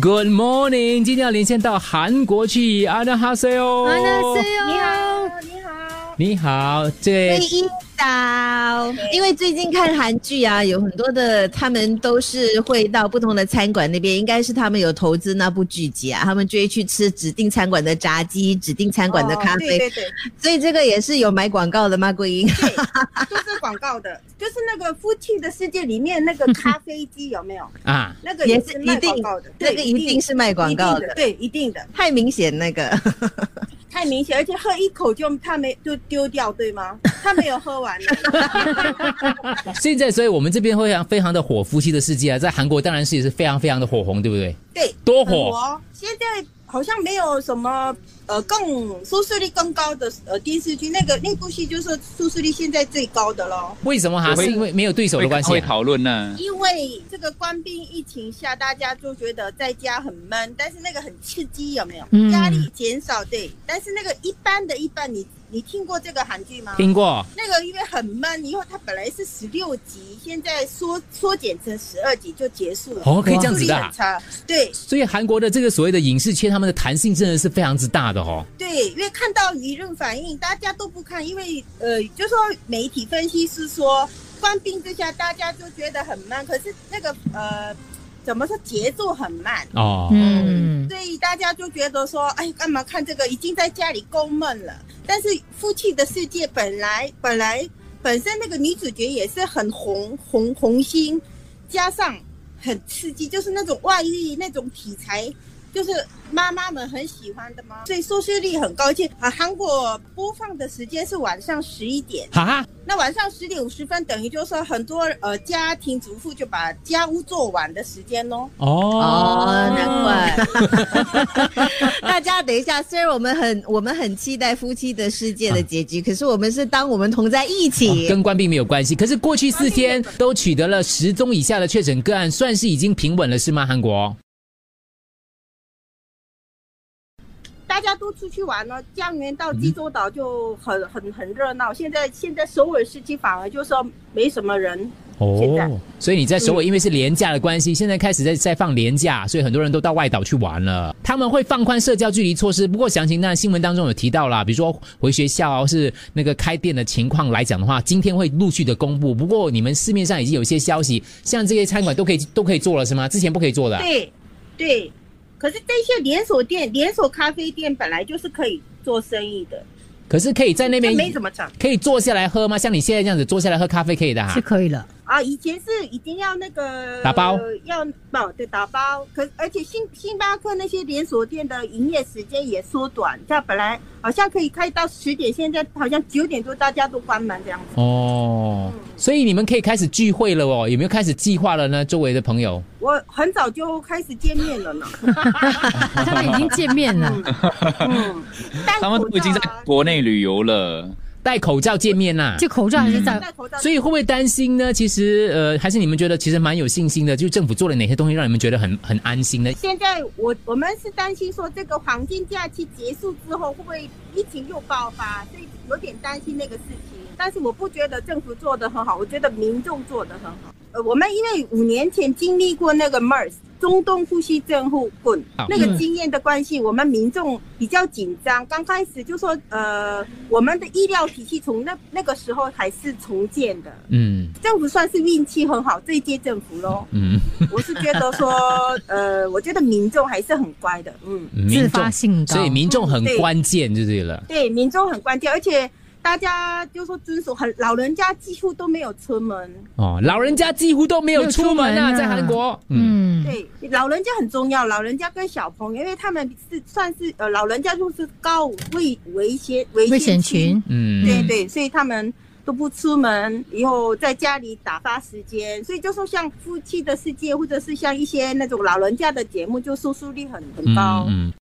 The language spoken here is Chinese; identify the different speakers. Speaker 1: Good morning，今天要连线到韩国去，안녕하세
Speaker 2: 安娜
Speaker 1: 요。
Speaker 2: C
Speaker 3: 你
Speaker 2: 哦，
Speaker 3: 好，你好。
Speaker 1: 你好，这
Speaker 2: 最一早，因为最近看韩剧啊，有很多的他们都是会到不同的餐馆那边，应该是他们有投资那部剧集啊，他们就会去吃指定餐馆的炸鸡、指定餐馆的咖啡，
Speaker 3: 哦对对对，
Speaker 2: 所以这个也是有买广告的吗？桂英，
Speaker 3: 就是广告的， 就是那个《夫妻的世界》里面那个咖啡机有 没有？
Speaker 1: 啊，
Speaker 3: 那个
Speaker 2: 也
Speaker 3: 是
Speaker 2: 是
Speaker 3: 卖
Speaker 2: 一定
Speaker 3: 广告的，，
Speaker 2: 那个
Speaker 3: 对
Speaker 2: 一定是卖广告
Speaker 3: 一定
Speaker 2: 的，
Speaker 3: 对，一定的，
Speaker 2: 太明显那个。
Speaker 3: 太明显，而且喝一口就他没就丢掉，对 吗？他没有喝完呢，
Speaker 1: 现在所以我们这边会非常的火，夫妻的世界啊，在韩国当然是也是非常非常的火红，对不对？
Speaker 3: 对，
Speaker 1: 多
Speaker 3: 很
Speaker 1: 火
Speaker 3: 哦。现在好像没有什么呃更收视率更高的呃电视剧，那个那部戏就是收视率现在最高的咯。
Speaker 1: 为什么哈、
Speaker 4: 我会
Speaker 1: 是因为没有对手的关系
Speaker 4: 会
Speaker 1: 啊、
Speaker 4: 讨论呢。
Speaker 3: 因为这个官兵疫情下，大家就觉得在家很闷，但是那个很刺激，有没有？
Speaker 1: 嗯
Speaker 3: 压力减少，对。但是那个一般的一般，你你听过这个韩剧吗？
Speaker 1: 听过
Speaker 3: 那个因为很闷，因为它本来是十六集，现在缩缩减成十二集就结束了。
Speaker 1: 哦，可以这样子的、
Speaker 3: 收视率
Speaker 1: 啊
Speaker 3: 很。差，对
Speaker 1: 所以韩国的这个所谓的影视圈，他们的弹性真的是非常之大的哦。
Speaker 3: 对，因为看到舆论反应，大家都不看，因为呃，就说媒体分析师说，官兵之下大家就觉得很闷，可是那个呃，怎么说节奏很慢？
Speaker 1: 哦，
Speaker 2: 嗯，
Speaker 3: 所以大家就觉得说，哎，干嘛看这个？已经在家里够闷了。但是《夫妻的世界》本来本来本身那个女主角也是很红红红心，加上很刺激，就是那种外遇那种题材，就是妈妈们很喜欢的嘛，所以收视率很高。而且啊，韩国播放的时间是晚上十一点，
Speaker 1: 哈哈，
Speaker 3: 那晚上十点五十分，等于就是说很多呃家庭主妇就把家务做完的时间咯。
Speaker 1: 哦，
Speaker 2: 哦，
Speaker 5: 嗯
Speaker 2: 难怪。 大家等一下，虽然我们很我们很期待《夫妻的世界》的结局，可是我们是当我们同在一起。
Speaker 1: 哦跟官兵没有关系。可是过去四天都取得了十宗以下的确诊个案，算是已经平稳了，是吗？韩国？
Speaker 3: 大家都出去玩了，江原到济州岛就很很很热闹。现在现在首尔市区反而就说没什么人，现在，
Speaker 5: 哦
Speaker 1: 所以你在首
Speaker 5: 嗯
Speaker 1: 尔，因为是廉价的关系，现在开始在在放廉价，所以很多人都到外岛去玩了。他们会放宽社交距离措施，不过详情当然新闻当中有提到啦，比如说回学校啊或是那个开店的情况来讲的话，今天会陆续的公布。不过你们市面上已经有一些消息，像这些餐馆都可以
Speaker 5: 嗯
Speaker 1: 都可以做了是吗？之前不可以做的啊、
Speaker 3: 对对。可是这些连锁店、连锁咖啡店本来就是可以做生意的，
Speaker 1: 可是可以在那
Speaker 3: 这
Speaker 1: 边
Speaker 3: 没怎么涨
Speaker 1: 可以坐下来喝吗？像你现在这样子坐下来喝咖啡可以的、啊
Speaker 5: 是，可以了。
Speaker 3: 啊。以前是一定要那个
Speaker 1: 打包
Speaker 3: 要哦，对，打包。可而且星星巴克那些连锁店的营业时间也缩短，像本来好像可以开到十点，现在好像九点多大家都关门这样子。
Speaker 1: 哦，所以你们可以开始聚会了哦，有没有开始计划了呢？周围的朋友。
Speaker 3: 我很早就开始见面了呢。
Speaker 5: 他们已经见面了，
Speaker 3: 嗯，戴口罩啊
Speaker 4: 他们都已经在国内旅游了，
Speaker 1: 戴口罩见面啊啦、
Speaker 5: 就口罩还是
Speaker 1: 嗯
Speaker 5: 在。
Speaker 3: 戴口罩，
Speaker 1: 所以会不会担心呢？其实，呃，还是你们觉得其实蛮有信心的，就政府做了哪些东西让你们觉得很很安心呢？
Speaker 3: 现在我我们是担心说这个黄金假期结束之后会不会疫情又爆发，所以有点担心那个事情。但是我不觉得政府做的很好，我觉得民众做的很好。呃，我们因为五年前经历过那个 MERS 中东呼吸症候群
Speaker 1: 好
Speaker 3: 那个经验的关系，我们民众比较紧张。刚开始就说，呃，我们的医疗体系从那那个时候还是重建的，
Speaker 1: 嗯
Speaker 3: 政府算是运气很好，这一届政府咯。
Speaker 1: 嗯，
Speaker 3: 我是觉得说，呃，我觉得民众还是很乖的，嗯，
Speaker 5: 自
Speaker 1: 民
Speaker 5: 发
Speaker 1: 众，
Speaker 5: 性高，
Speaker 1: 所以民众很
Speaker 3: 嗯对
Speaker 1: 关键就对了。
Speaker 3: 对，民众很关键，而且大家就说遵守很，老人家几乎都没有出门，
Speaker 1: 哦，老人家几乎都没有出门
Speaker 5: 没有
Speaker 1: 啊，
Speaker 5: 出门啊
Speaker 1: 在韩国，
Speaker 5: 嗯，
Speaker 1: 嗯，
Speaker 3: 对，老人家很重要，老人家跟小朋友，因为他们是算是呃，老人家就是高危危险危
Speaker 5: 危险群，
Speaker 1: 嗯
Speaker 3: 对对，所以他们都不出门，以后在家里打发时间。所以就说像夫妻的世界，或者是像一些那种老人家的节目，就收视率很很高。
Speaker 1: 嗯。